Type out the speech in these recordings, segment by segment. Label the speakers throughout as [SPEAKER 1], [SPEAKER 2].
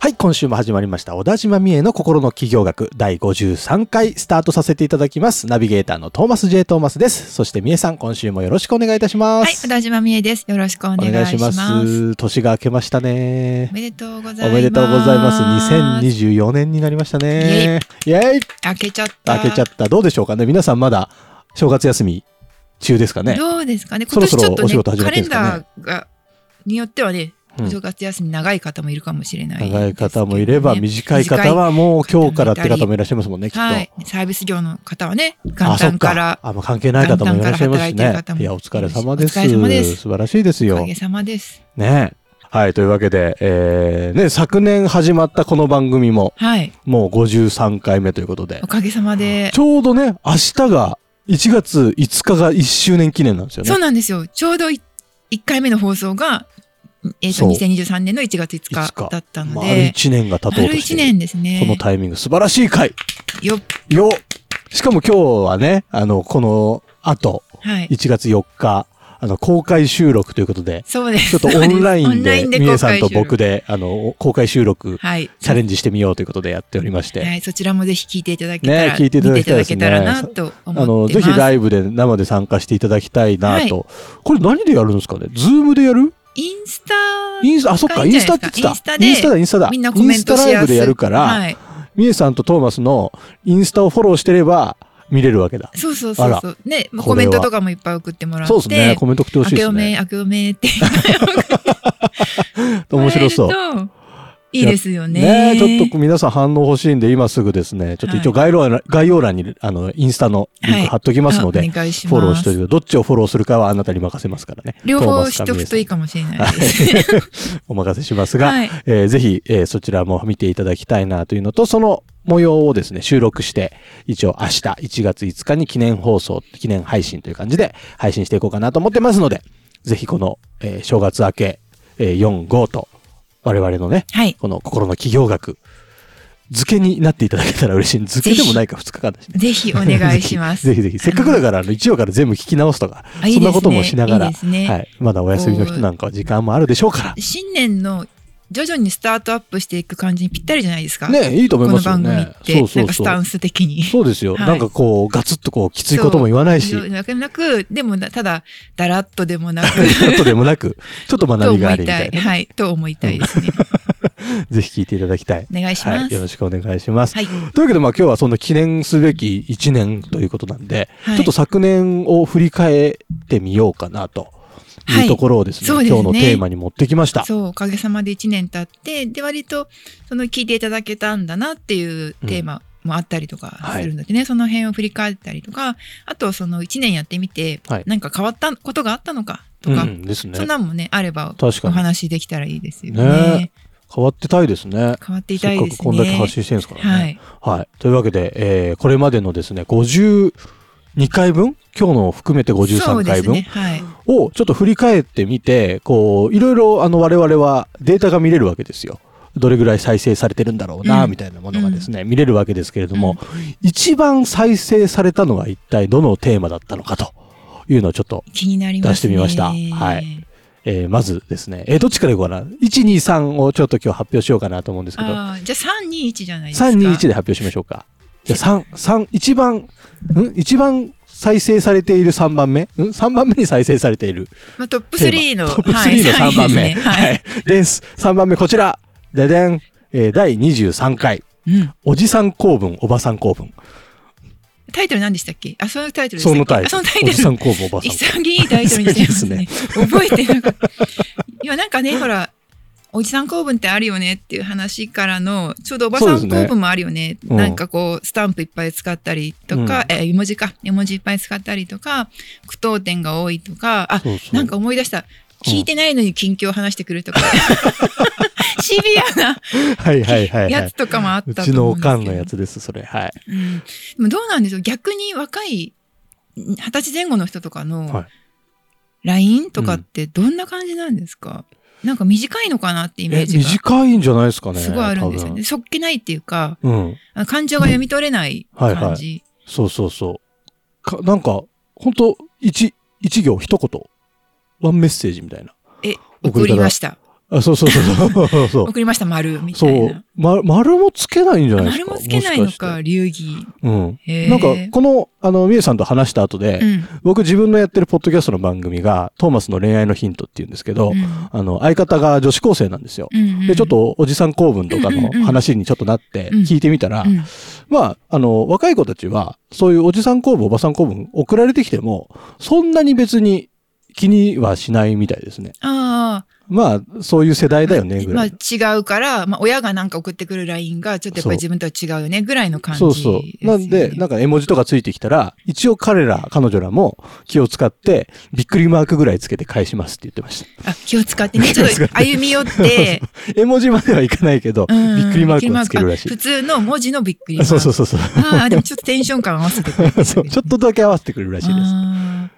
[SPEAKER 1] はい、今週も始まりました。小田島美恵の心の企業学第53回スタートさせていただきます。ナビゲーターのトーマス J. トーマスです。そして美恵さん、今週もよろしくお願いいたしま
[SPEAKER 2] はい、
[SPEAKER 1] す。
[SPEAKER 2] 小田島美恵です。よろしくお願いします。
[SPEAKER 1] お願いします年が明けましたね
[SPEAKER 2] お。めでとうございます。
[SPEAKER 1] おめでとうございます。。2024年になりましたね。イェイ
[SPEAKER 2] 開けちゃった。
[SPEAKER 1] 明けちゃった。どうでしょうかね皆さんまだ正月休み中ですかね。
[SPEAKER 2] どうですかね。
[SPEAKER 1] そ
[SPEAKER 2] 今
[SPEAKER 1] ろ
[SPEAKER 2] 年
[SPEAKER 1] そろ
[SPEAKER 2] ちょっと
[SPEAKER 1] お
[SPEAKER 2] ね
[SPEAKER 1] 仕事始ま
[SPEAKER 2] カ
[SPEAKER 1] って
[SPEAKER 2] レ
[SPEAKER 1] んです
[SPEAKER 2] ン
[SPEAKER 1] かね
[SPEAKER 2] ダーがによってはね、
[SPEAKER 1] うん
[SPEAKER 2] お正月休み長い方もいるかもしれない、
[SPEAKER 1] 長い方もいれば、短い方はもう今日からって方もいらっしゃいますもんね、きっと。
[SPEAKER 2] はい、サービス業の方はね、
[SPEAKER 1] あ
[SPEAKER 2] 元
[SPEAKER 1] そっ
[SPEAKER 2] 旦から
[SPEAKER 1] あ、もう関係ない方もいらっしゃいますし
[SPEAKER 2] 元旦から働いてる
[SPEAKER 1] ね
[SPEAKER 2] 方。も
[SPEAKER 1] いや、お疲れ様です。
[SPEAKER 2] お疲れ様です
[SPEAKER 1] 素晴らしいです
[SPEAKER 2] お
[SPEAKER 1] よ
[SPEAKER 2] か。げさまです。
[SPEAKER 1] ねえ。はい、というわけで、えー、ね、昨年始まったこの番組も、
[SPEAKER 2] はい、
[SPEAKER 1] もう53回目ということで
[SPEAKER 2] お、かげさまで
[SPEAKER 1] ち。ょうどね、明日が、1月5日が1周年記念なんですよね
[SPEAKER 2] そう。なんですよ。ちょうどい一回目の放送が、えっ、
[SPEAKER 1] そ
[SPEAKER 2] と
[SPEAKER 1] う
[SPEAKER 2] 2023年の1月
[SPEAKER 1] いつ
[SPEAKER 2] 5
[SPEAKER 1] か
[SPEAKER 2] 日だったの
[SPEAKER 1] 丸
[SPEAKER 2] で、
[SPEAKER 1] 1年が経とう
[SPEAKER 2] 丸
[SPEAKER 1] として
[SPEAKER 2] 一
[SPEAKER 1] る
[SPEAKER 2] 年ですね。
[SPEAKER 1] このタイミング、素晴らしい回
[SPEAKER 2] よっ
[SPEAKER 1] よしかも今日はね、あの、この後、
[SPEAKER 2] はい。
[SPEAKER 1] 1月4日、あの、公開収録ということで、
[SPEAKER 2] そうです。
[SPEAKER 1] ちょっとオンラインで、みえ
[SPEAKER 2] 皆
[SPEAKER 1] さんと僕
[SPEAKER 2] で
[SPEAKER 1] で、あの、公開収録
[SPEAKER 2] 公開収録、、はい。
[SPEAKER 1] チャレンジしてみようということでやっておりまして、
[SPEAKER 2] はい、そちらもぜひ聞いていただけたら、
[SPEAKER 1] ね聞いていただきたいですね
[SPEAKER 2] 見ていただけたらなと思
[SPEAKER 1] あの、
[SPEAKER 2] って
[SPEAKER 1] ぜ
[SPEAKER 2] ます。
[SPEAKER 1] ひライブで生で参加していただきたいなと。これ何でやるんですかねズームでやる
[SPEAKER 2] インスタ、
[SPEAKER 1] インスタ、あ、そっか、
[SPEAKER 2] いいん
[SPEAKER 1] イ
[SPEAKER 2] じ
[SPEAKER 1] ン
[SPEAKER 2] ゃ
[SPEAKER 1] ス
[SPEAKER 2] な
[SPEAKER 1] タ
[SPEAKER 2] い
[SPEAKER 1] って
[SPEAKER 2] で
[SPEAKER 1] 言
[SPEAKER 2] す
[SPEAKER 1] って
[SPEAKER 2] か
[SPEAKER 1] た。イ
[SPEAKER 2] イ
[SPEAKER 1] ン
[SPEAKER 2] ン
[SPEAKER 1] ス
[SPEAKER 2] ス
[SPEAKER 1] タ
[SPEAKER 2] タ
[SPEAKER 1] だ、インスタだ。
[SPEAKER 2] みんなコメントしやす
[SPEAKER 1] インスタライブでやるから、
[SPEAKER 2] はい。
[SPEAKER 1] みえさんとトーマスのインスタをフォローしてれば見れるわけだ。
[SPEAKER 2] そうそうそうそう。ね、まあコメントとかもいっぱい送ってもらって。
[SPEAKER 1] そうですね。コメント送ってほ
[SPEAKER 2] 明
[SPEAKER 1] しいで
[SPEAKER 2] けお
[SPEAKER 1] す
[SPEAKER 2] め、
[SPEAKER 1] ね。
[SPEAKER 2] 明けおめって。
[SPEAKER 1] 面白そう。
[SPEAKER 2] う。 いいですよね。
[SPEAKER 1] ねえちょっと皆さん反応欲しいんで、今すぐですね、ちょっと一応概要欄概要欄に、あの、インスタのリンク貼っときますので、
[SPEAKER 2] あお願いします
[SPEAKER 1] フォローしておいて、どっちをフォローするかはあなたに任せますからね。
[SPEAKER 2] 両
[SPEAKER 1] トーマ
[SPEAKER 2] 方
[SPEAKER 1] ス
[SPEAKER 2] し
[SPEAKER 1] か
[SPEAKER 2] とくといい
[SPEAKER 1] ミ
[SPEAKER 2] かもしれ
[SPEAKER 1] エ
[SPEAKER 2] ないです。
[SPEAKER 1] さんお任せしますが、
[SPEAKER 2] はい
[SPEAKER 1] えーぜひ、えーそちらも見ていただきたいなというのと、その模様をですね、収録して、一応明日1月5日に記念放送、記念配信という感じで配信していこうかなと思ってますので、ぜひこの、えー正月明け、えー4、5と、我々のね、
[SPEAKER 2] はい。
[SPEAKER 1] この心の企業学、漬けになっていただけたら嬉しい。漬けでもないか2日間だしね。
[SPEAKER 2] ぜひお願いしま す。
[SPEAKER 1] ぜひぜひ。せっかくだから、あの、1話から全部聞き直すとか、
[SPEAKER 2] あいい
[SPEAKER 1] そん
[SPEAKER 2] ですね
[SPEAKER 1] なこともしながら、
[SPEAKER 2] いいですね
[SPEAKER 1] はい。まだお休みの人なんかは時間もあるでしょうか。。
[SPEAKER 2] 新年の徐々にスタートアップしていく感じにぴったりじゃないですから
[SPEAKER 1] ねいいと思い
[SPEAKER 2] こ
[SPEAKER 1] ま
[SPEAKER 2] の
[SPEAKER 1] すよ
[SPEAKER 2] 番組
[SPEAKER 1] ね
[SPEAKER 2] っ。て、
[SPEAKER 1] そうそ
[SPEAKER 2] なん
[SPEAKER 1] う
[SPEAKER 2] かス
[SPEAKER 1] そ
[SPEAKER 2] タン
[SPEAKER 1] う。
[SPEAKER 2] ス的に。
[SPEAKER 1] そうですよ。
[SPEAKER 2] はい
[SPEAKER 1] なんかこう、ガツッとこう、きついことも言わないし、
[SPEAKER 2] そうなくなく、でもな、 ただ、だらっとでもなく、
[SPEAKER 1] ちょっとでもなく、ちょっと
[SPEAKER 2] と
[SPEAKER 1] 学びが
[SPEAKER 2] 思
[SPEAKER 1] あ
[SPEAKER 2] い
[SPEAKER 1] りみ
[SPEAKER 2] た
[SPEAKER 1] た
[SPEAKER 2] い。
[SPEAKER 1] いな。
[SPEAKER 2] はい、と思いたいですね。
[SPEAKER 1] ぜひ聞いていただきたい。
[SPEAKER 2] お願いしま
[SPEAKER 1] はい。よろ
[SPEAKER 2] す。
[SPEAKER 1] しくお願いします。
[SPEAKER 2] はい。
[SPEAKER 1] というわけで、まあ今日はその記念すべき1年ということなんで、
[SPEAKER 2] はい
[SPEAKER 1] ちょっと昨年を振り返ってみようかなと
[SPEAKER 2] は
[SPEAKER 1] いう
[SPEAKER 2] い
[SPEAKER 1] ところをですね、
[SPEAKER 2] そうです
[SPEAKER 1] 今
[SPEAKER 2] ね
[SPEAKER 1] 日のテーマに持ってきました。
[SPEAKER 2] そう、おかげさまで1年経って、で、割と、その、聞いていただけたんだなっていうテーマもあったりとか
[SPEAKER 1] はい
[SPEAKER 2] するのでね、その辺を振り返ったりとか、あと、その、1年やってみて、
[SPEAKER 1] はい
[SPEAKER 2] なんか変わったことがあったのかとか、
[SPEAKER 1] うん、ですね
[SPEAKER 2] そん。なんもね、あれば、
[SPEAKER 1] 確か
[SPEAKER 2] お
[SPEAKER 1] に
[SPEAKER 2] 話できたらいいですよね。
[SPEAKER 1] ね変わってたいですね。
[SPEAKER 2] 変わっていたいです
[SPEAKER 1] せっか
[SPEAKER 2] ね。
[SPEAKER 1] くこんだけ発信してるんですから
[SPEAKER 2] は
[SPEAKER 1] ね。
[SPEAKER 2] い。
[SPEAKER 1] はい、というわけで、えーこれまでのですね、52回分今日のを含めて53回
[SPEAKER 2] そうですね。
[SPEAKER 1] 分
[SPEAKER 2] はい。
[SPEAKER 1] をちょっと振り返ってみて、こう、いろいろあの我々はデータが見れるわけですよ。どれぐらい再生されてるんだろうな、
[SPEAKER 2] うん
[SPEAKER 1] みたいなものがですね、見れるわけですけれども、一番再生されたのは一体どのテーマだったのかというのをちょっと、
[SPEAKER 2] 気になりますね。
[SPEAKER 1] 出してみましたはい。えーまずですね、えーどっちからいこうかな。1、2、3をちょっと今日発表しようかなと思うんですけど、
[SPEAKER 2] ああ、じゃあ321じゃないですか。
[SPEAKER 1] 3、2、1で発表しましょうか。じゃあ3、3、一番、ん一番再生されている3番目ん ?3 番目に再生されている。
[SPEAKER 2] まあ、トップ3の。
[SPEAKER 1] トップ3の
[SPEAKER 2] はい
[SPEAKER 1] 3番目。
[SPEAKER 2] ですねは。
[SPEAKER 1] はいい。です。3番目こちら。ででん。えー第23回。
[SPEAKER 2] うん
[SPEAKER 1] おじさん公文、おばさん公文。
[SPEAKER 2] タイトル何でしたっけあ、そのタイトルでした
[SPEAKER 1] そ
[SPEAKER 2] っけ
[SPEAKER 1] のタイ
[SPEAKER 2] あそ
[SPEAKER 1] ト
[SPEAKER 2] の
[SPEAKER 1] ル
[SPEAKER 2] タイ。
[SPEAKER 1] お
[SPEAKER 2] トル。
[SPEAKER 1] じさん公文、おばさん公文。
[SPEAKER 2] 潔いタイトルにしてますね。覚えてなかった。いや、なん かね、ほら、おじさん公文ってあるよねっていう話からの、ちょうどおばさん
[SPEAKER 1] そうで
[SPEAKER 2] 公
[SPEAKER 1] すね
[SPEAKER 2] 文もあるよね。
[SPEAKER 1] うん
[SPEAKER 2] なんかこう、スタンプいっぱい使ったりとか、
[SPEAKER 1] うん
[SPEAKER 2] え、絵文字か。絵文字いっぱい使ったりとか、句読点が多いとか、あ、
[SPEAKER 1] そうそう
[SPEAKER 2] なんか思い出した。聞いてないのに近況を話してくるとか。シビアな
[SPEAKER 1] はいはいはい、は
[SPEAKER 2] や
[SPEAKER 1] い
[SPEAKER 2] つ。とかもあっ
[SPEAKER 1] う
[SPEAKER 2] た
[SPEAKER 1] ち
[SPEAKER 2] と
[SPEAKER 1] のお
[SPEAKER 2] 思うんですけど。
[SPEAKER 1] かんのやつです、それ。はい。
[SPEAKER 2] うん。でもどうなんでしょう逆に若い、二十歳前後の人とか
[SPEAKER 1] はい
[SPEAKER 2] の、LINE とかってどんな感じなんですか、なんか短いのかなってイメ
[SPEAKER 1] え、
[SPEAKER 2] ージが
[SPEAKER 1] 短いんじゃないですかね。
[SPEAKER 2] すごいあるんですよ
[SPEAKER 1] 多
[SPEAKER 2] ね。そっけないっていうか、
[SPEAKER 1] 分うん。
[SPEAKER 2] あの感情が読み取れない
[SPEAKER 1] うんは
[SPEAKER 2] 感
[SPEAKER 1] い
[SPEAKER 2] じ。
[SPEAKER 1] はいそうそうそう。か、なんか、本当一、一行、一言、ワンメッセージみたいな。
[SPEAKER 2] え、
[SPEAKER 1] 送
[SPEAKER 2] 送
[SPEAKER 1] り方
[SPEAKER 2] りました。
[SPEAKER 1] あ、そうそう そうそうそうそう。
[SPEAKER 2] 送りました、丸、みた
[SPEAKER 1] そ
[SPEAKER 2] いうな。、
[SPEAKER 1] ま、丸もつけないんじゃないです
[SPEAKER 2] 丸
[SPEAKER 1] か。
[SPEAKER 2] もつけないの
[SPEAKER 1] もし
[SPEAKER 2] か、
[SPEAKER 1] して。
[SPEAKER 2] 流儀。
[SPEAKER 1] うん。
[SPEAKER 2] へー
[SPEAKER 1] なんか、この、あの、みえさんと話した後で、
[SPEAKER 2] うん。
[SPEAKER 1] 僕自分のやってるポッドキャストの番組が、トーマスの恋愛のヒントっていうんですけど、
[SPEAKER 2] うん
[SPEAKER 1] あの、相方が女子高生なんですよ。
[SPEAKER 2] うんうん
[SPEAKER 1] で、ちょっ、とおじさん公文とかの
[SPEAKER 2] うんうんうん
[SPEAKER 1] 話にちょっとなって
[SPEAKER 2] うん
[SPEAKER 1] 聞いてみたら
[SPEAKER 2] う、ん
[SPEAKER 1] まあ、あの、若い子たちは、そういうおじさん公文、おばさん公文送られてきても、そんなに別に気にはしないみたいですね。
[SPEAKER 2] ああ、
[SPEAKER 1] まあ、そういう世代だよね、ぐ
[SPEAKER 2] ま
[SPEAKER 1] ら
[SPEAKER 2] あ
[SPEAKER 1] い。
[SPEAKER 2] 違うから、まあ親がなんか送ってくる LINE が、ちょっとやっぱり自分とは違うよね、ぐらいの感じ
[SPEAKER 1] そ
[SPEAKER 2] で
[SPEAKER 1] う
[SPEAKER 2] す
[SPEAKER 1] そ
[SPEAKER 2] よね、
[SPEAKER 1] う。なんで、なんか絵文字とかついてきたら、一応彼ら、彼女らも気を使って、びっくりマークぐらいつけて返しますって言ってました。
[SPEAKER 2] あ、気を使っ てね、ちょっと歩み寄っ
[SPEAKER 1] そう
[SPEAKER 2] て、
[SPEAKER 1] 絵文字まではいかないけど、び
[SPEAKER 2] うん
[SPEAKER 1] っくりマークをつけるらし
[SPEAKER 2] あ普
[SPEAKER 1] い。
[SPEAKER 2] 通の文字のびっくりマーク。
[SPEAKER 1] そうそうそうそう。
[SPEAKER 2] ああ、でもちょっとテンション感合わせてくれてる
[SPEAKER 1] そうちょっとだけ合わせてくれるらしいです。
[SPEAKER 2] あー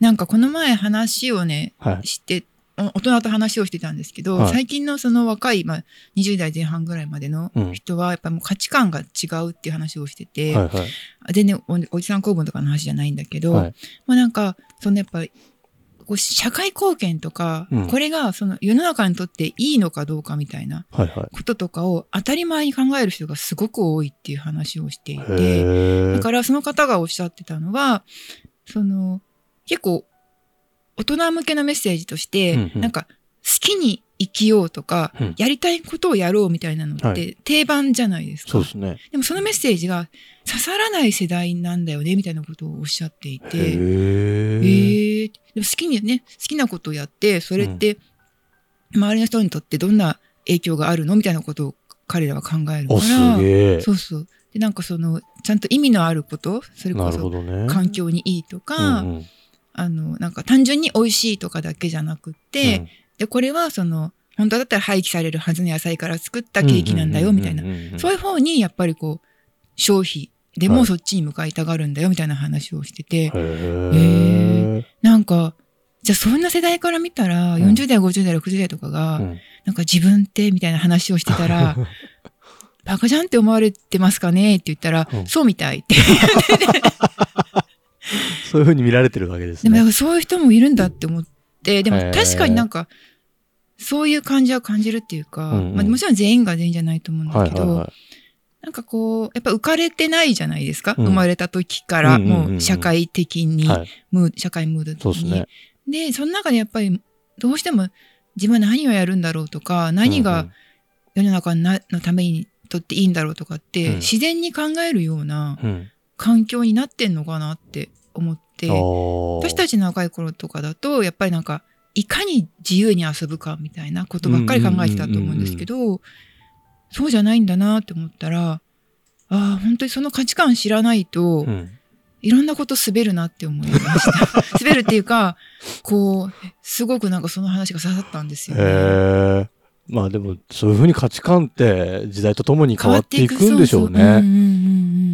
[SPEAKER 2] なんかこの前話をね、
[SPEAKER 1] はい。
[SPEAKER 2] して、お大人と話をしてたんですけど、
[SPEAKER 1] はい
[SPEAKER 2] 最近のその若い、まあ、20代前半ぐらいまでの
[SPEAKER 1] うん
[SPEAKER 2] 人は、やっぱもう価値観が違うっていう話をしてて、
[SPEAKER 1] はいはい。
[SPEAKER 2] 全然おおじさん公文とかの話じゃないんだけど、
[SPEAKER 1] はい
[SPEAKER 2] まあなんか、そのやっぱ、こう社会貢献とか、
[SPEAKER 1] うん
[SPEAKER 2] これがその世の中にとっていいのかどうかみたいな
[SPEAKER 1] はいは
[SPEAKER 2] こととかを当たり前に考える人がすごく多いっていう話をしてい
[SPEAKER 1] い。
[SPEAKER 2] て、
[SPEAKER 1] へ
[SPEAKER 2] だ
[SPEAKER 1] え。
[SPEAKER 2] からその方がおっしゃってたのは、その、結構、大人向けのメッセージとして、
[SPEAKER 1] うんうん
[SPEAKER 2] なんか、好きに生きようとか、
[SPEAKER 1] うん
[SPEAKER 2] やりたいことをやろうみたいなの
[SPEAKER 1] は
[SPEAKER 2] って定番じゃないですか。
[SPEAKER 1] そうですね。
[SPEAKER 2] でもそのメッセージが刺さらない世代なんだよね、みたいなことをおっしゃってい
[SPEAKER 1] へ
[SPEAKER 2] て、え
[SPEAKER 1] ー
[SPEAKER 2] ー、でも好きにね、好きなことをやって、それって、周りの人にとってどんな影響があるのみたいなことを彼らは考えるから、
[SPEAKER 1] お、すげえ。
[SPEAKER 2] そうそう。で、なんかその、ちゃんと意味のあること、それ
[SPEAKER 1] な
[SPEAKER 2] こ
[SPEAKER 1] るほ
[SPEAKER 2] そ
[SPEAKER 1] どね。
[SPEAKER 2] 環境にいいとか、
[SPEAKER 1] うんうん
[SPEAKER 2] あの、なんか単純に美味しいとかだけじゃなくって、で、これはその、本当だったら廃棄されるはずの野菜から作ったケーキなんだよ、みたいな。。そう
[SPEAKER 1] い
[SPEAKER 2] いう方に、やっぱりこう、消費で
[SPEAKER 1] は
[SPEAKER 2] も
[SPEAKER 1] い
[SPEAKER 2] そっちに向かいたがるんだよ、みたいな話をしてて、
[SPEAKER 1] うん。へ
[SPEAKER 2] へ
[SPEAKER 1] え。
[SPEAKER 2] なんか、じゃあそんな世代から見たら、
[SPEAKER 1] うん
[SPEAKER 2] 40代、50代、60代とかが、
[SPEAKER 1] うん
[SPEAKER 2] なんか自分って、みたいな話をしてたら、 バカじゃんって思われてますかねって言ったら、
[SPEAKER 1] うん
[SPEAKER 2] そうみたいって。
[SPEAKER 1] そういうふうに見られてるわけです
[SPEAKER 2] でも
[SPEAKER 1] ね。
[SPEAKER 2] なんかそういう人もいるんだって思って、でも
[SPEAKER 1] へー
[SPEAKER 2] 確かになんか、そういう感じは感じるっていうか、
[SPEAKER 1] うんうん
[SPEAKER 2] まあ、もちろん全員が全員じゃないと思うんだ
[SPEAKER 1] はい
[SPEAKER 2] け
[SPEAKER 1] はい
[SPEAKER 2] ど、
[SPEAKER 1] は
[SPEAKER 2] なんかこう、やっぱ浮かれてないじゃないですか。
[SPEAKER 1] うん
[SPEAKER 2] 生まれた時から、
[SPEAKER 1] うんうんうんうん
[SPEAKER 2] もう社会的に、
[SPEAKER 1] い。はい。
[SPEAKER 2] ムー社会ムード的
[SPEAKER 1] そう
[SPEAKER 2] に
[SPEAKER 1] ですね。
[SPEAKER 2] で、その中でやっぱり、どうしても自分は何をやるんだろうとか、何
[SPEAKER 1] う
[SPEAKER 2] が
[SPEAKER 1] ん
[SPEAKER 2] 世の中なのためにとっていいんだろうとかって、
[SPEAKER 1] うん
[SPEAKER 2] 自然に考えるような、
[SPEAKER 1] うんうん。
[SPEAKER 2] 環境になってんのかなって思って
[SPEAKER 1] 私
[SPEAKER 2] 私たちの若い頃とかだとやっぱりなんかいかに自由に遊ぶかみたいなことばっかり考えてたと思うんですけどそうじゃないんだなって思ったらああ本当にその価値観知らないと、いろんなこと滑るなって思いました 滑るっていうかこうすごくなんかその話が刺さったんですよね。
[SPEAKER 1] へえ。まあでも、そういうふうに価値観って時代とともに変わっていく
[SPEAKER 2] そ
[SPEAKER 1] んでしょう
[SPEAKER 2] そん
[SPEAKER 1] ね。
[SPEAKER 2] んうん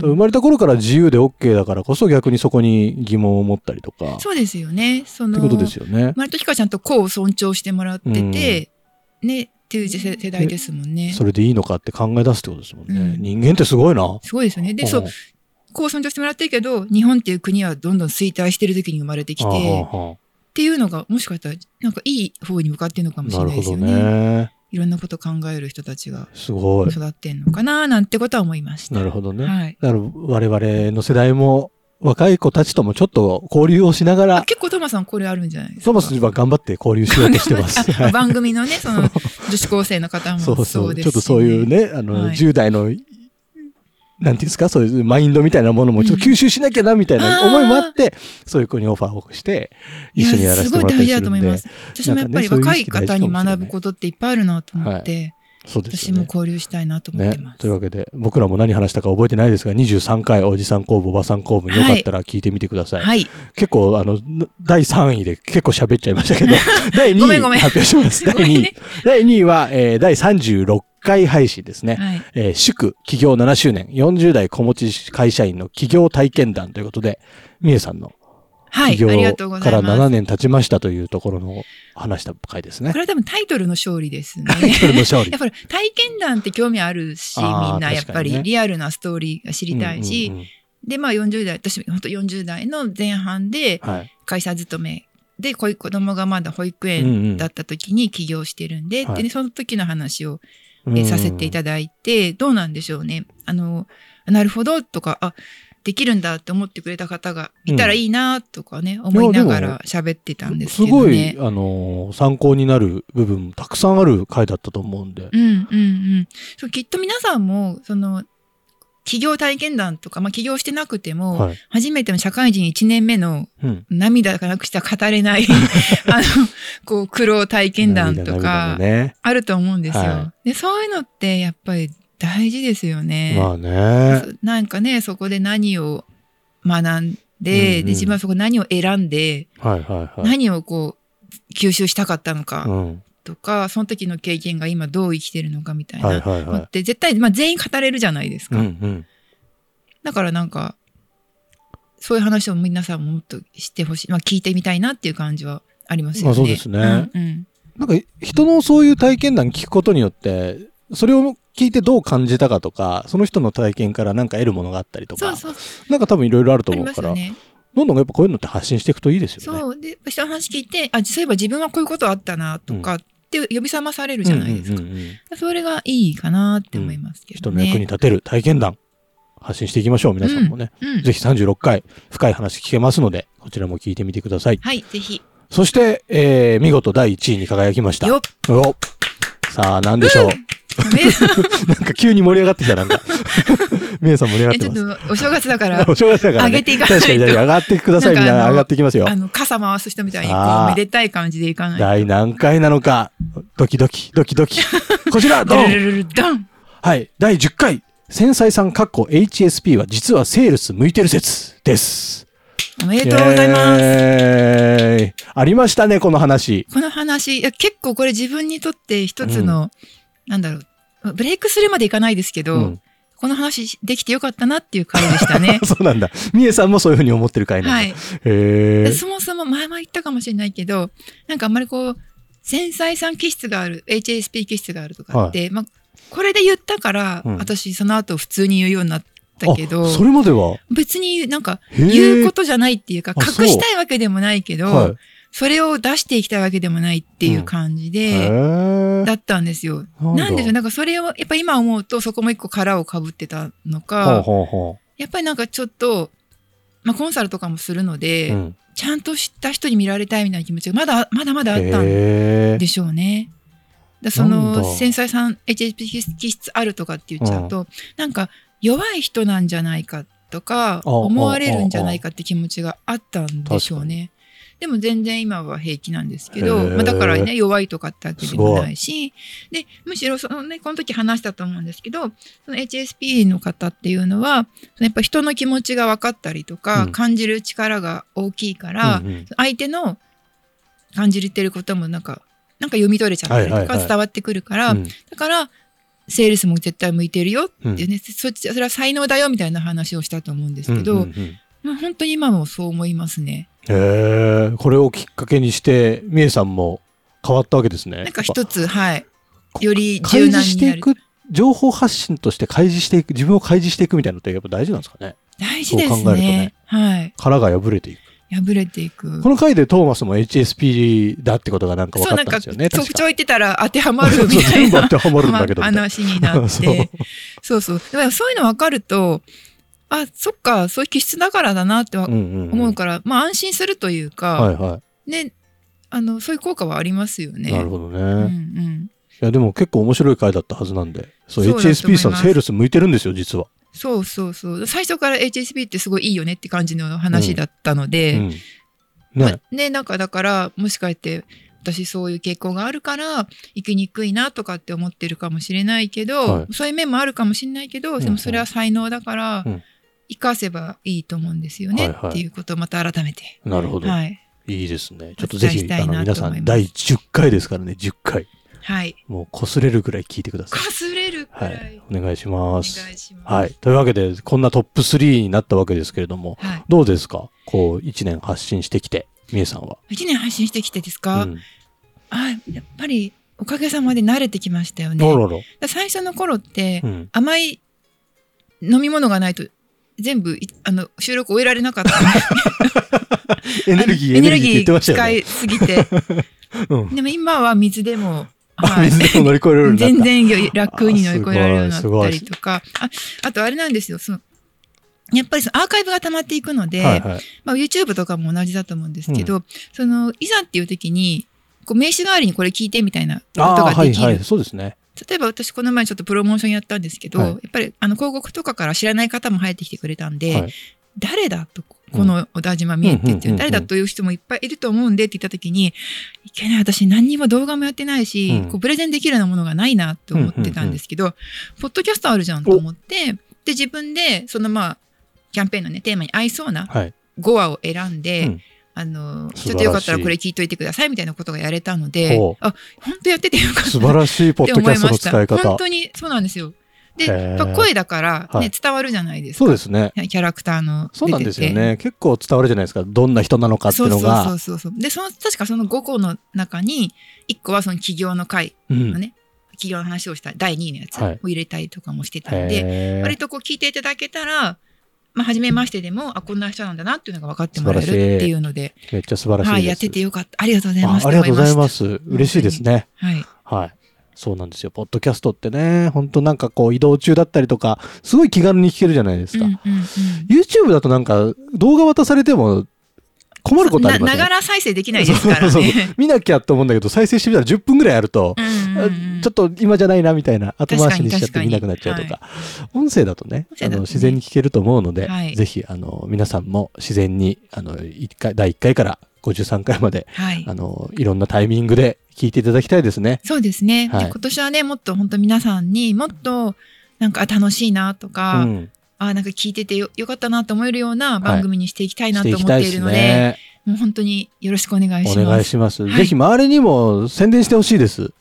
[SPEAKER 2] う
[SPEAKER 1] 生
[SPEAKER 2] ん
[SPEAKER 1] まれた頃から自由で OK だからこそ逆にそこに疑問を持ったりとか。
[SPEAKER 2] そうですよね。そ
[SPEAKER 1] っ
[SPEAKER 2] の
[SPEAKER 1] てことですよね
[SPEAKER 2] 生。まれた時からちゃんと子を尊重してもらってて、ね、っていう世世代ですもんね。
[SPEAKER 1] それでいいのかって考え出すってことですもんね。
[SPEAKER 2] うん
[SPEAKER 1] 人間ってすごいな。
[SPEAKER 2] すごいですよね。で、そう、子を尊重してもらってるけど、日本っていう国はどんどん衰退してる時に生まれてき
[SPEAKER 1] ああ
[SPEAKER 2] て、
[SPEAKER 1] ああああ
[SPEAKER 2] っていうのが、もしかしたら、なんかいい方に向かってるのかもしれ
[SPEAKER 1] なる
[SPEAKER 2] ない
[SPEAKER 1] ほ
[SPEAKER 2] です
[SPEAKER 1] ど
[SPEAKER 2] よね。
[SPEAKER 1] ね。
[SPEAKER 2] いろんなこと考える人たちが
[SPEAKER 1] すごい。
[SPEAKER 2] 育ってんのかななんてことは思いました。
[SPEAKER 1] なるほどね。
[SPEAKER 2] はい。
[SPEAKER 1] だから我々の世代も若い子たちともちょっと交流をしなが
[SPEAKER 2] あ
[SPEAKER 1] ら、
[SPEAKER 2] 結構トマさんこれあるんじゃないですか
[SPEAKER 1] トマスは頑張って交流しようとしてま す。
[SPEAKER 2] あ番組のね、その、女子高生の方も
[SPEAKER 1] そ
[SPEAKER 2] そう
[SPEAKER 1] うそう。
[SPEAKER 2] ですし、
[SPEAKER 1] ちょっとそういう。ね、あの、
[SPEAKER 2] はい
[SPEAKER 1] 10代の、なんていうんですか、そういうマインドみたいなものもちょっと吸収しなきゃな、みたいな思いもあって、そういう子にオファーをして、一緒にやらせてもらったりするんで。
[SPEAKER 2] いやすごい大事だと思います。私もやっぱ
[SPEAKER 1] なん
[SPEAKER 2] り
[SPEAKER 1] かね
[SPEAKER 2] 若い方に学ぶことっていっぱいあるなと思って、
[SPEAKER 1] そうです
[SPEAKER 2] 私
[SPEAKER 1] よ
[SPEAKER 2] も
[SPEAKER 1] ね。
[SPEAKER 2] 交流したいなと思って
[SPEAKER 1] ね
[SPEAKER 2] ま、す。
[SPEAKER 1] というわけで僕らも何話したか覚えてないですが23回おじさん公募おばさん公募よかったら聞いてみてください、
[SPEAKER 2] はい。
[SPEAKER 1] 結構あの第3位で結構喋っちゃいました けど第2
[SPEAKER 2] ご
[SPEAKER 1] 位
[SPEAKER 2] めんごめん
[SPEAKER 1] 発表します
[SPEAKER 2] ご
[SPEAKER 1] 第
[SPEAKER 2] め
[SPEAKER 1] 2
[SPEAKER 2] ん
[SPEAKER 1] 位、
[SPEAKER 2] ね
[SPEAKER 1] 第2位は、えー第36回配信ですね、
[SPEAKER 2] はい。
[SPEAKER 1] えー祝企業7周年40代子持ち会社員の企業体験談ということでみえさんの企
[SPEAKER 2] はい。あり
[SPEAKER 1] 業
[SPEAKER 2] がとうご
[SPEAKER 1] か
[SPEAKER 2] ざい
[SPEAKER 1] ら
[SPEAKER 2] ま
[SPEAKER 1] 7
[SPEAKER 2] す。
[SPEAKER 1] 年経ちましたというところの話した回ですね
[SPEAKER 2] これは多分タイトルの勝利です ね。
[SPEAKER 1] タイトルの勝利
[SPEAKER 2] やっぱり体験談って興味あるし、み
[SPEAKER 1] あー
[SPEAKER 2] んなやっぱ
[SPEAKER 1] 確かにね
[SPEAKER 2] りリアルなストーリーが知りたいし、
[SPEAKER 1] うんうんうん
[SPEAKER 2] で、まあ40代、私、本当40代の前半で
[SPEAKER 1] はい
[SPEAKER 2] 会社勤めで、こういう子供がまだ保育
[SPEAKER 1] うん
[SPEAKER 2] 園
[SPEAKER 1] うん
[SPEAKER 2] だった時に起業してるんで、
[SPEAKER 1] はい
[SPEAKER 2] でね、その時の話を
[SPEAKER 1] うんう
[SPEAKER 2] え
[SPEAKER 1] ん
[SPEAKER 2] させていただいて、どうなんでしょうね。あの、なるほどとか、あ、できるんだって思ってくれた方がいたらいいなとかね、思いながら喋ってたんです
[SPEAKER 1] す
[SPEAKER 2] けど
[SPEAKER 1] ごい、
[SPEAKER 2] ね。
[SPEAKER 1] あのー参考になる部分たくさんある回だったと思うんで。
[SPEAKER 2] うんうんうん。そう、きっと皆さんも、その、起業体験談とか、まあ、起業してなくても、
[SPEAKER 1] はい。
[SPEAKER 2] 初めての社会人1年目の
[SPEAKER 1] うん。
[SPEAKER 2] 涙がなくしては語 れない、あの、こう、苦労体験談と
[SPEAKER 1] 涙
[SPEAKER 2] か
[SPEAKER 1] 涙、ね。
[SPEAKER 2] あると思うんですよ。
[SPEAKER 1] は
[SPEAKER 2] で、そういうのって、やっぱり大事ですよね。
[SPEAKER 1] まあね。
[SPEAKER 2] そなんかね、そこで何を学んで、
[SPEAKER 1] うんうん
[SPEAKER 2] で、自分はそこ何を選んで、
[SPEAKER 1] はいはいはい。
[SPEAKER 2] 何をこう、吸収したかったの
[SPEAKER 1] う
[SPEAKER 2] か
[SPEAKER 1] ん。
[SPEAKER 2] とか、その時の経験が今どう生きてるのかみたいな。
[SPEAKER 1] はいはい
[SPEAKER 2] の
[SPEAKER 1] は
[SPEAKER 2] っ
[SPEAKER 1] い。
[SPEAKER 2] て絶対、まあ、全員語れるじゃないです
[SPEAKER 1] う
[SPEAKER 2] か。
[SPEAKER 1] んうん。
[SPEAKER 2] だからなんか、そういう話を皆さんももっとしてほしい。まあ、聞いてみたいなっていう感じはありますよね。
[SPEAKER 1] まあそうですね
[SPEAKER 2] うん、うん
[SPEAKER 1] なんか人のそういう体験談聞くことによって、それを聞いてどう感じたかとか、その人の体験からなんか得るものがあったりと
[SPEAKER 2] そう
[SPEAKER 1] か、
[SPEAKER 2] そう、
[SPEAKER 1] なんか多分いろいろあると
[SPEAKER 2] あり
[SPEAKER 1] 思う
[SPEAKER 2] ます
[SPEAKER 1] から、
[SPEAKER 2] よね。
[SPEAKER 1] どんどんやっぱこういうのって発信していくといいですよね。
[SPEAKER 2] そう。で、人の話聞いて、あ、そういえば自分はこういうことあったなとかって呼び覚まされるじゃないですか。
[SPEAKER 1] うんうんうんうん
[SPEAKER 2] それがいいかなって思いますけ
[SPEAKER 1] 人
[SPEAKER 2] ど
[SPEAKER 1] の
[SPEAKER 2] ね。
[SPEAKER 1] 役に立てる体験談、発信していきましょう、皆さんもね。
[SPEAKER 2] うん、
[SPEAKER 1] ぜひ36回、深い話聞けますので、こちらも聞いてみてください。
[SPEAKER 2] はい、ぜひ。
[SPEAKER 1] そして、えー、見事第1位に輝きました。
[SPEAKER 2] よっ
[SPEAKER 1] おさあ、なんでしょう。
[SPEAKER 2] ね
[SPEAKER 1] なんか急に盛り上がってきた、なんか。 みえさん盛り上がっ
[SPEAKER 2] え
[SPEAKER 1] て
[SPEAKER 2] ちょっ
[SPEAKER 1] ます。
[SPEAKER 2] とお正月だから、
[SPEAKER 1] お正月だから、ね。
[SPEAKER 2] 上げていかないと
[SPEAKER 1] 確かに、上がってください。み
[SPEAKER 2] なん
[SPEAKER 1] ん
[SPEAKER 2] かあの
[SPEAKER 1] な上がってきますよ
[SPEAKER 2] あ。の、傘回す人みたいに、こ
[SPEAKER 1] あー
[SPEAKER 2] う、めでたい感じでいかない。
[SPEAKER 1] 第何回なのか。ドキドキ、ドキドキ。こち ら、ド
[SPEAKER 2] ド
[SPEAKER 1] ン
[SPEAKER 2] ルルルルドン
[SPEAKER 1] はい。第10回、繊細さんかっこ HSP は実はセールス向いてる説です。
[SPEAKER 2] おめ
[SPEAKER 1] あ
[SPEAKER 2] でとうございます。
[SPEAKER 1] す。ありましたね、この話。
[SPEAKER 2] この話、いや結構これ自分にとって一つの、なんだろう、ブレイクするまでいかないですけど、
[SPEAKER 1] うん
[SPEAKER 2] この話できてよかったなっていう回でした
[SPEAKER 1] 。
[SPEAKER 2] ね
[SPEAKER 1] そうなんだ。みえさんもそういうふうに思ってる回なんだ。
[SPEAKER 2] は
[SPEAKER 1] へ
[SPEAKER 2] い。
[SPEAKER 1] え。
[SPEAKER 2] そもそも前も言ったかもしれないけど、なんかあんまりこう、繊細さん気質がある、HSP 気質があるとかって、まあ、これで言ったから、
[SPEAKER 1] うん
[SPEAKER 2] 私その後普通に言うようになったけど
[SPEAKER 1] あ、それまでは
[SPEAKER 2] 別になんか
[SPEAKER 1] へえ
[SPEAKER 2] 言うことじゃないっていうか、
[SPEAKER 1] あ
[SPEAKER 2] 隠
[SPEAKER 1] そう
[SPEAKER 2] したいわけでもないけど、
[SPEAKER 1] はい。
[SPEAKER 2] それを出していきたいわけでもないっていう感じ
[SPEAKER 1] へ
[SPEAKER 2] で、
[SPEAKER 1] え。
[SPEAKER 2] だったんですよ。
[SPEAKER 1] なんだ
[SPEAKER 2] なんでしょう、なんかそれを、やっぱ今思うとそこも一個殻をかぶってた
[SPEAKER 1] ほう
[SPEAKER 2] のか、
[SPEAKER 1] ほうほ
[SPEAKER 2] やっぱりなんかちょっと、まあコンサルとかもするの
[SPEAKER 1] う。
[SPEAKER 2] で、
[SPEAKER 1] うん。
[SPEAKER 2] ちゃんと知った人に見られたいみたいな気持ちがまだまだまだあったん
[SPEAKER 1] へえ
[SPEAKER 2] で。しょうね。だそ
[SPEAKER 1] なん
[SPEAKER 2] の
[SPEAKER 1] だ
[SPEAKER 2] 繊細さん HSP 気質あるとかって言っちゃうと、なんか弱い人なんじゃないかとか
[SPEAKER 1] ああ
[SPEAKER 2] 思われるんじゃないかって気持ちがあったんでしょうね。でも全然今は平気なんですけど、
[SPEAKER 1] へえ
[SPEAKER 2] まあ、だからね弱いとかってわけでもないしでむしろその、ね、この時話したと思うんですけどその HSP の方っていうのはそのやっぱ人の気持ちが分かったりとか、
[SPEAKER 1] うん
[SPEAKER 2] 感じる力が大きいから、
[SPEAKER 1] うんうん
[SPEAKER 2] 相手の感じてることもなんか、なんか読み取れちゃったり
[SPEAKER 1] はい
[SPEAKER 2] と
[SPEAKER 1] はいは
[SPEAKER 2] か
[SPEAKER 1] い
[SPEAKER 2] 伝わってくるから、
[SPEAKER 1] うん
[SPEAKER 2] だから、セールスも絶対向いてるよっていうね、そっち、それは才能だよみたいな話をしたと思うんですけど、
[SPEAKER 1] うんうんうん
[SPEAKER 2] まあ本当に今もそう思いますね。
[SPEAKER 1] へえ。これをきっかけにして、みえさんも変わったわけですね。
[SPEAKER 2] なんか一つ、はい。より
[SPEAKER 1] 開
[SPEAKER 2] 柔軟になる
[SPEAKER 1] 示していく、情報発信として開示していく、自分を開示していくみたいなのってやっぱ大事なんですかね。
[SPEAKER 2] 大事です
[SPEAKER 1] そう
[SPEAKER 2] ね。
[SPEAKER 1] 考えるとね
[SPEAKER 2] はい。
[SPEAKER 1] 殻が破れていく。
[SPEAKER 2] 破れていく
[SPEAKER 1] こ。の回でトーマスも HSP だってことがなんか分
[SPEAKER 2] そ
[SPEAKER 1] か
[SPEAKER 2] う、
[SPEAKER 1] っ
[SPEAKER 2] なん
[SPEAKER 1] たん
[SPEAKER 2] か、
[SPEAKER 1] ですよね。
[SPEAKER 2] 特
[SPEAKER 1] 確か
[SPEAKER 2] 徴言ってたら当てはま るみたい
[SPEAKER 1] 全部当
[SPEAKER 2] な
[SPEAKER 1] てはまるんだけど
[SPEAKER 2] ま
[SPEAKER 1] み
[SPEAKER 2] あ
[SPEAKER 1] たいな。
[SPEAKER 2] 話に なっ
[SPEAKER 1] そう
[SPEAKER 2] て。そうそう。だからそういうの分かると、あ、そっか、そういう気質だからだなってわ
[SPEAKER 1] うんうんん
[SPEAKER 2] 思うから、まあ安心するというか、
[SPEAKER 1] はいは
[SPEAKER 2] ね、あの、そういう効果はありますよ
[SPEAKER 1] い。
[SPEAKER 2] ね。
[SPEAKER 1] なるほどね。
[SPEAKER 2] うんう
[SPEAKER 1] い
[SPEAKER 2] ん。
[SPEAKER 1] や、でも結構面白い回だったはずなんで。そう、
[SPEAKER 2] そうだと思います
[SPEAKER 1] HSP さんセールス向いてるんですよ、実は。
[SPEAKER 2] そうそうそう。最初から HSP ってすごいいいよねって感じの話だったの
[SPEAKER 1] う
[SPEAKER 2] で、
[SPEAKER 1] ん。ね。
[SPEAKER 2] ね、なんかだから、もしかして、私そういう傾向があるから行きにくいなとかって思ってるかもしれないけど、
[SPEAKER 1] は
[SPEAKER 2] そういう面もあるかもしれないけど、
[SPEAKER 1] ん
[SPEAKER 2] でもそれは才能だから、
[SPEAKER 1] うん
[SPEAKER 2] 生かせばいいと思うんですよ
[SPEAKER 1] は
[SPEAKER 2] ね、
[SPEAKER 1] いはい
[SPEAKER 2] っていうことをまた改めて。
[SPEAKER 1] なるほど。
[SPEAKER 2] はい。
[SPEAKER 1] いいですね。
[SPEAKER 2] お
[SPEAKER 1] ちょっとぜ
[SPEAKER 2] 伝えし
[SPEAKER 1] ひ、
[SPEAKER 2] たい
[SPEAKER 1] あ
[SPEAKER 2] な
[SPEAKER 1] の、皆さ
[SPEAKER 2] と思い
[SPEAKER 1] ん、
[SPEAKER 2] ます
[SPEAKER 1] 第10回ですからね、10回。
[SPEAKER 2] はい。
[SPEAKER 1] もう、擦れるぐらい聞いてくださ
[SPEAKER 2] か
[SPEAKER 1] い。
[SPEAKER 2] すれるく
[SPEAKER 1] は
[SPEAKER 2] らい。
[SPEAKER 1] い。お願いし
[SPEAKER 2] お願
[SPEAKER 1] ま
[SPEAKER 2] い
[SPEAKER 1] す。
[SPEAKER 2] します。
[SPEAKER 1] はい。というわけで、こんなトップ3になったわけですけれども、
[SPEAKER 2] はい。
[SPEAKER 1] どうですかこう、1年発信してきて、みえさんは。
[SPEAKER 2] 1年配信してきてですか、
[SPEAKER 1] うん。
[SPEAKER 2] あやっぱりおかげさまで慣れてきましたよね。
[SPEAKER 1] ロ
[SPEAKER 2] だか
[SPEAKER 1] ロロ。
[SPEAKER 2] ら最初の頃って、
[SPEAKER 1] うん。
[SPEAKER 2] 甘い飲み物がないと全部いあの収録終えられなかった
[SPEAKER 1] エネルギー、
[SPEAKER 2] あ
[SPEAKER 1] エ
[SPEAKER 2] の
[SPEAKER 1] ネルギーって言ってましたよ
[SPEAKER 2] 使
[SPEAKER 1] ね。
[SPEAKER 2] いすぎて、
[SPEAKER 1] うん
[SPEAKER 2] でも今は水でも、
[SPEAKER 1] あ
[SPEAKER 2] は い
[SPEAKER 1] 水でも乗り越えるようになった。
[SPEAKER 2] 全然よ楽に乗り越えられるようになったりとかああとあれなんですよそのやっぱりそのアーカイブが溜まっていくので、
[SPEAKER 1] はいはい。
[SPEAKER 2] まあ、YouTube とかも同じだと思うんですけど、そのいざっていう時にこう名刺代わりにこれ聞いてみたいなこと
[SPEAKER 1] ああ、
[SPEAKER 2] が
[SPEAKER 1] は
[SPEAKER 2] で
[SPEAKER 1] い
[SPEAKER 2] きる、
[SPEAKER 1] はい。そうですね。
[SPEAKER 2] 例えば私この前ちょっとプロモーションやったんですけど、
[SPEAKER 1] はい
[SPEAKER 2] やっぱりあの広告とかから知らない方も入ってきてくれたんで、
[SPEAKER 1] はい。
[SPEAKER 2] 誰だとここの小田島美恵って言って
[SPEAKER 1] うん
[SPEAKER 2] る誰だという人もいっぱいいると思うんでって言った時にいけない私何にも動画もやってないし、
[SPEAKER 1] うん
[SPEAKER 2] こうプレゼンできるようなものがないなと思ってたんですけど、ポッドキャストあるじゃんと思ってで自分でそのまあキャンペーンのねテーマに合いそうな
[SPEAKER 1] はい。
[SPEAKER 2] 5話を選んで、
[SPEAKER 1] うん
[SPEAKER 2] あの
[SPEAKER 1] 素晴らしい
[SPEAKER 2] ちょっとよかったらこれ聞いといてくださいみたいなことがやれたので
[SPEAKER 1] ほ
[SPEAKER 2] あ本当やっててよかった
[SPEAKER 1] 素晴らしいポ
[SPEAKER 2] っ
[SPEAKER 1] ッ
[SPEAKER 2] て
[SPEAKER 1] ドキ
[SPEAKER 2] 思
[SPEAKER 1] ャ
[SPEAKER 2] い
[SPEAKER 1] スト
[SPEAKER 2] ま
[SPEAKER 1] の
[SPEAKER 2] した
[SPEAKER 1] 使い方
[SPEAKER 2] 本。当にそうなんですよで
[SPEAKER 1] へー
[SPEAKER 2] やっぱ声だから、ね
[SPEAKER 1] はい
[SPEAKER 2] 伝わるじゃないですか
[SPEAKER 1] そうですね。
[SPEAKER 2] キャラクターの
[SPEAKER 1] そうなん
[SPEAKER 2] 出
[SPEAKER 1] で
[SPEAKER 2] て
[SPEAKER 1] す
[SPEAKER 2] て
[SPEAKER 1] よね。結構伝わるじゃないですか。どんな人なのかって
[SPEAKER 2] そ
[SPEAKER 1] いう
[SPEAKER 2] うそ
[SPEAKER 1] の
[SPEAKER 2] うそ
[SPEAKER 1] が。
[SPEAKER 2] うそうそうでその確かその5個の中に1個はその企業の会
[SPEAKER 1] うん
[SPEAKER 2] 企業の話をした第2位のやつ
[SPEAKER 1] はい
[SPEAKER 2] を入れたりとかもしてたんで、
[SPEAKER 1] へー
[SPEAKER 2] 割とこう聞いていただけたらまあ初めましてでもあこんな人なんだなっていうのが分かってもらえる
[SPEAKER 1] 素晴らしい
[SPEAKER 2] っていうので
[SPEAKER 1] めっちゃ素晴らしいです。
[SPEAKER 2] はいやっててよかったありがとうござい
[SPEAKER 1] あ
[SPEAKER 2] ます
[SPEAKER 1] ありがとうございま
[SPEAKER 2] と
[SPEAKER 1] す。嬉しいですね。
[SPEAKER 2] 思いました
[SPEAKER 1] はい。そうなんですよ。ポッドキャストってね、本当なんかこう移動中だったりとか、すごい気軽に聞けるじゃないですか。
[SPEAKER 2] はい、うんうんうん
[SPEAKER 1] YouTube だとなんか動画渡されても困ることありま
[SPEAKER 2] な
[SPEAKER 1] す
[SPEAKER 2] なが
[SPEAKER 1] ね。
[SPEAKER 2] ら再生できないですから
[SPEAKER 1] そうそう
[SPEAKER 2] ね
[SPEAKER 1] 見なきゃと思うんだけど、再生してみたら10分ぐらいあると、
[SPEAKER 2] うんうんうん
[SPEAKER 1] あちょっと今じゃないなみたいな後回しにしちゃっ
[SPEAKER 2] 確か
[SPEAKER 1] て
[SPEAKER 2] に
[SPEAKER 1] 見なくなっちゃうとか、音声だとね
[SPEAKER 2] 音声だとね
[SPEAKER 1] あの自然に聞けると思うので、
[SPEAKER 2] はい
[SPEAKER 1] ぜひあの皆さんも自然にあの一回第1回から53回まで
[SPEAKER 2] はい
[SPEAKER 1] あのいろんなタイミングで聞いていただきたいですね。
[SPEAKER 2] そうですね、
[SPEAKER 1] はい
[SPEAKER 2] で今年はねもっと本当皆さんにもっとなんかあ楽しいなとか、
[SPEAKER 1] うん、
[SPEAKER 2] あなんか聞いててよよかったなと思えるような番組にしていきたいな
[SPEAKER 1] し
[SPEAKER 2] と
[SPEAKER 1] てい
[SPEAKER 2] 思っ
[SPEAKER 1] きたい
[SPEAKER 2] てい
[SPEAKER 1] で
[SPEAKER 2] る
[SPEAKER 1] す
[SPEAKER 2] ので、
[SPEAKER 1] ね。
[SPEAKER 2] もう本当によろしくお願い
[SPEAKER 1] お
[SPEAKER 2] しま
[SPEAKER 1] 願い
[SPEAKER 2] す。
[SPEAKER 1] します。
[SPEAKER 2] はい
[SPEAKER 1] ぜひ周りにも宣伝してほしいです。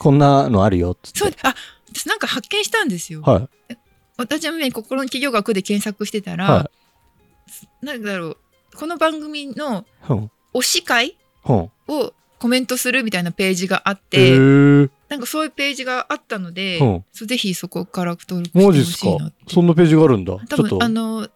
[SPEAKER 1] こんなのあるよっつって。
[SPEAKER 2] そうあ私なんか発見したんですよ。
[SPEAKER 1] は
[SPEAKER 2] 私もね心の企業学で検索してた
[SPEAKER 1] い。
[SPEAKER 2] ら、
[SPEAKER 1] は
[SPEAKER 2] なんだろうこの番組の
[SPEAKER 1] い。ほん。
[SPEAKER 2] 推し会
[SPEAKER 1] ほん。
[SPEAKER 2] をコメントするみたいなページがあっ
[SPEAKER 1] ええ
[SPEAKER 2] て、
[SPEAKER 1] ー。
[SPEAKER 2] なんかそういうページがあったので、
[SPEAKER 1] うん
[SPEAKER 2] そうぜひそこから登録して
[SPEAKER 1] マ
[SPEAKER 2] ほ
[SPEAKER 1] ジっす
[SPEAKER 2] しい
[SPEAKER 1] か
[SPEAKER 2] な。
[SPEAKER 1] そんなページがあるんだ。
[SPEAKER 2] 多
[SPEAKER 1] ちょっと
[SPEAKER 2] 分。あのん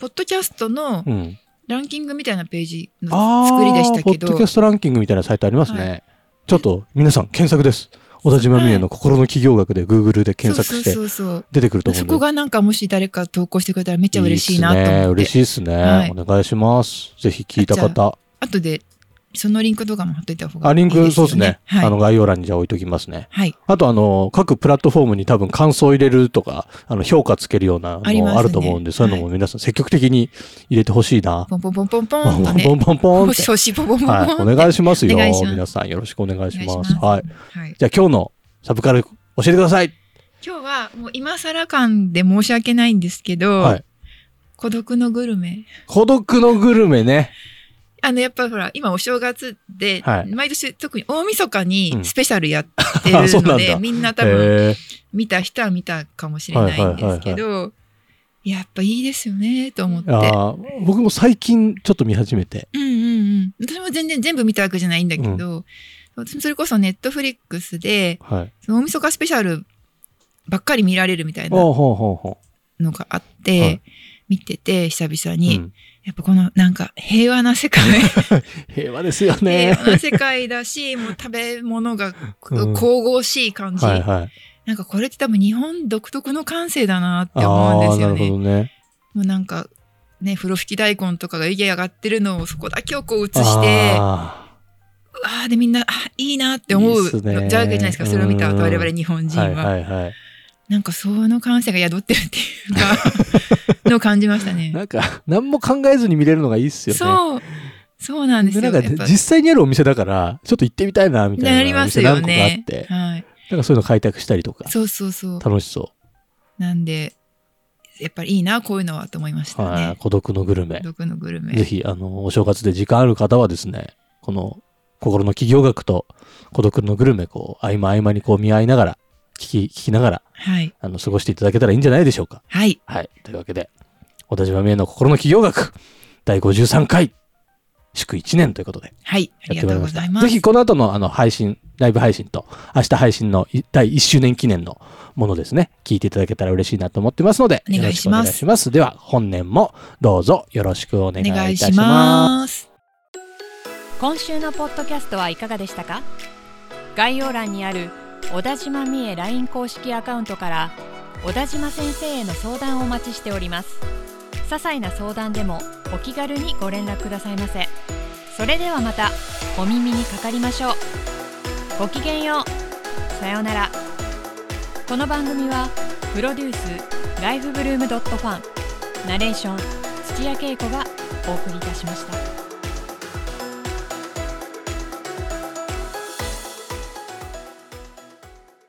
[SPEAKER 2] ポッドキャストの
[SPEAKER 1] うん。
[SPEAKER 2] ランキングみたいなページ
[SPEAKER 1] あ
[SPEAKER 2] の
[SPEAKER 1] ー
[SPEAKER 2] 作りでしたけ
[SPEAKER 1] ポッド
[SPEAKER 2] ど
[SPEAKER 1] キャストランキングみたいなサイトありますね。
[SPEAKER 2] は
[SPEAKER 1] ちょっと皆さん検索です。小田島美恵の心の企業学で Google で検索して
[SPEAKER 2] そうそうそうそう
[SPEAKER 1] 出てくると思う
[SPEAKER 2] そ
[SPEAKER 1] んで。
[SPEAKER 2] こがなんかもし誰か投稿してくれたらめっちゃ嬉しいなと
[SPEAKER 1] いいっすね。
[SPEAKER 2] 思って。
[SPEAKER 1] 嬉しいですね、
[SPEAKER 2] はい
[SPEAKER 1] お願いします。ぜひ聞いた方。
[SPEAKER 2] 後でそのリンクとかも貼っといた方が
[SPEAKER 1] あ、
[SPEAKER 2] いい
[SPEAKER 1] リン
[SPEAKER 2] ですよ、ね。
[SPEAKER 1] ク、そうですね、
[SPEAKER 2] はい。
[SPEAKER 1] あの、概要欄にじゃあ置いときますね。
[SPEAKER 2] はい。
[SPEAKER 1] あと、あの、各プラットフォームに多分感想入れるとか、あの、評価つけるような
[SPEAKER 2] ありま
[SPEAKER 1] の
[SPEAKER 2] すね
[SPEAKER 1] あると思うんで、そういうのも
[SPEAKER 2] は
[SPEAKER 1] 皆さん積極的に入れてほしいな。
[SPEAKER 2] ポンポンポンポンポ
[SPEAKER 1] ポ
[SPEAKER 2] ン
[SPEAKER 1] ン
[SPEAKER 2] と
[SPEAKER 1] ポ
[SPEAKER 2] ね。
[SPEAKER 1] ンポンポンって。
[SPEAKER 2] 星ポンポンポンポン。
[SPEAKER 1] はい。お願いしますよ。
[SPEAKER 2] お願いします
[SPEAKER 1] 皆さんよろしくお願いし
[SPEAKER 2] お願
[SPEAKER 1] ま
[SPEAKER 2] い
[SPEAKER 1] す。
[SPEAKER 2] します
[SPEAKER 1] はい。
[SPEAKER 2] はい
[SPEAKER 1] じゃあ今日のサブカル教えてください。
[SPEAKER 2] 今日はもう今更感で申し訳ないんですけど、
[SPEAKER 1] はい。
[SPEAKER 2] 孤独のグルメ。
[SPEAKER 1] 孤独のグルメね。
[SPEAKER 2] あの、やっぱほら、今お正月で、
[SPEAKER 1] はい
[SPEAKER 2] 毎年特に大晦日
[SPEAKER 1] う
[SPEAKER 2] に
[SPEAKER 1] ん
[SPEAKER 2] スペシャルやって
[SPEAKER 1] あ そう
[SPEAKER 2] る
[SPEAKER 1] なん
[SPEAKER 2] ので、
[SPEAKER 1] だ
[SPEAKER 2] みんな多分
[SPEAKER 1] へえ。
[SPEAKER 2] 見た人は見たかもしれないんですけど、やっぱいいですよねと思って。
[SPEAKER 1] あー僕も最近ちょっと見始めて。
[SPEAKER 2] うんうんうん。私も全然全部見たわけじゃないんだけど、私もそれこそネットフリックスで、
[SPEAKER 1] はい。
[SPEAKER 2] その大晦日スペシャルばっかり見られるみたいな
[SPEAKER 1] ほうほうほうほ
[SPEAKER 2] のがあっ
[SPEAKER 1] は
[SPEAKER 2] て
[SPEAKER 1] い、
[SPEAKER 2] 見てて久々
[SPEAKER 1] う。
[SPEAKER 2] に、
[SPEAKER 1] うん
[SPEAKER 2] やっぱこのなんか平和な世界、
[SPEAKER 1] 平和ですよ
[SPEAKER 2] 平
[SPEAKER 1] ね。
[SPEAKER 2] 和な世界だし、もう食べ物が
[SPEAKER 1] うん
[SPEAKER 2] 神々しい感 じ、
[SPEAKER 1] はいはい。
[SPEAKER 2] なんかこれって多分日本独特の感性だなって
[SPEAKER 1] あ
[SPEAKER 2] 思うんで
[SPEAKER 1] あー、
[SPEAKER 2] す
[SPEAKER 1] な
[SPEAKER 2] よ
[SPEAKER 1] るほ
[SPEAKER 2] ね
[SPEAKER 1] ど。ね。
[SPEAKER 2] もうなんか、ね、風呂吹き大根とかが湯気上がってるのをそこだけをこう映して、
[SPEAKER 1] あ
[SPEAKER 2] うわあでみんな、あ、いいなって思
[SPEAKER 1] いいっ
[SPEAKER 2] う
[SPEAKER 1] すね
[SPEAKER 2] じゃわけじゃないですか。それを見た
[SPEAKER 1] うん
[SPEAKER 2] 我々日本
[SPEAKER 1] ー
[SPEAKER 2] 人は。
[SPEAKER 1] はいはいはい。
[SPEAKER 2] なんかその感性が宿ってるっていうか、のを感じましたね。
[SPEAKER 1] なんか、何も考えずに見れるのがいいっすよね。
[SPEAKER 2] そう。そうなんです
[SPEAKER 1] で
[SPEAKER 2] よ。
[SPEAKER 1] なん
[SPEAKER 2] や
[SPEAKER 1] か
[SPEAKER 2] っぱ
[SPEAKER 1] 実際にあるお店だから、ちょっと行ってみたいな、みたいな。
[SPEAKER 2] なりますよ
[SPEAKER 1] お店何個かあっ
[SPEAKER 2] ね
[SPEAKER 1] て。。
[SPEAKER 2] はい。
[SPEAKER 1] なんかそういうの開拓したりとか。
[SPEAKER 2] そうそうそう。
[SPEAKER 1] 楽しそ
[SPEAKER 2] なんで、やっぱりいいな、こういうのはと思いまし
[SPEAKER 1] う。
[SPEAKER 2] た
[SPEAKER 1] は
[SPEAKER 2] ね
[SPEAKER 1] い。。孤独のグルメ。
[SPEAKER 2] 毒のグルメ。
[SPEAKER 1] ぜひ、あの、お正月で時間ある方はですね、この、心の企業学と孤独のグルメ、こう、合間合間にこう見合いながら、聞き、聞きながら、
[SPEAKER 2] はい。
[SPEAKER 1] あの、過ごしていただけたらいいんじゃないでしょうか。
[SPEAKER 2] はい。
[SPEAKER 1] はい。というわけで、小田島美恵の心の企業学、第53回、祝1年ということで、
[SPEAKER 2] はい。あり
[SPEAKER 1] やってまい
[SPEAKER 2] がと
[SPEAKER 1] り
[SPEAKER 2] うご
[SPEAKER 1] まし
[SPEAKER 2] ざ
[SPEAKER 1] た。
[SPEAKER 2] います。
[SPEAKER 1] ぜひ、この後の、あの、配信、ライブ配信と、明日配信のい第1周年記念のものですね、聞いていただけたら嬉しいなと思ってますので、
[SPEAKER 2] お願いし
[SPEAKER 1] よろくお
[SPEAKER 2] ます
[SPEAKER 1] 願いします。では、本年もどうぞよろしくお願いい
[SPEAKER 2] お願
[SPEAKER 1] た
[SPEAKER 2] い
[SPEAKER 1] し
[SPEAKER 2] し
[SPEAKER 1] ます。
[SPEAKER 2] ます。
[SPEAKER 3] 今週のポッドキャストはいかがでしたか概要欄にある小田島美恵 LINE 公式アカウントから小田島先生への相談をお待ちしております些細な相談でもお気軽にご連絡くださいませそれではまたお耳にかかりましょうごきげんようさようならこの番組はプロデュースライフブルームドットファンナレーション土屋恵子がお送りいたしました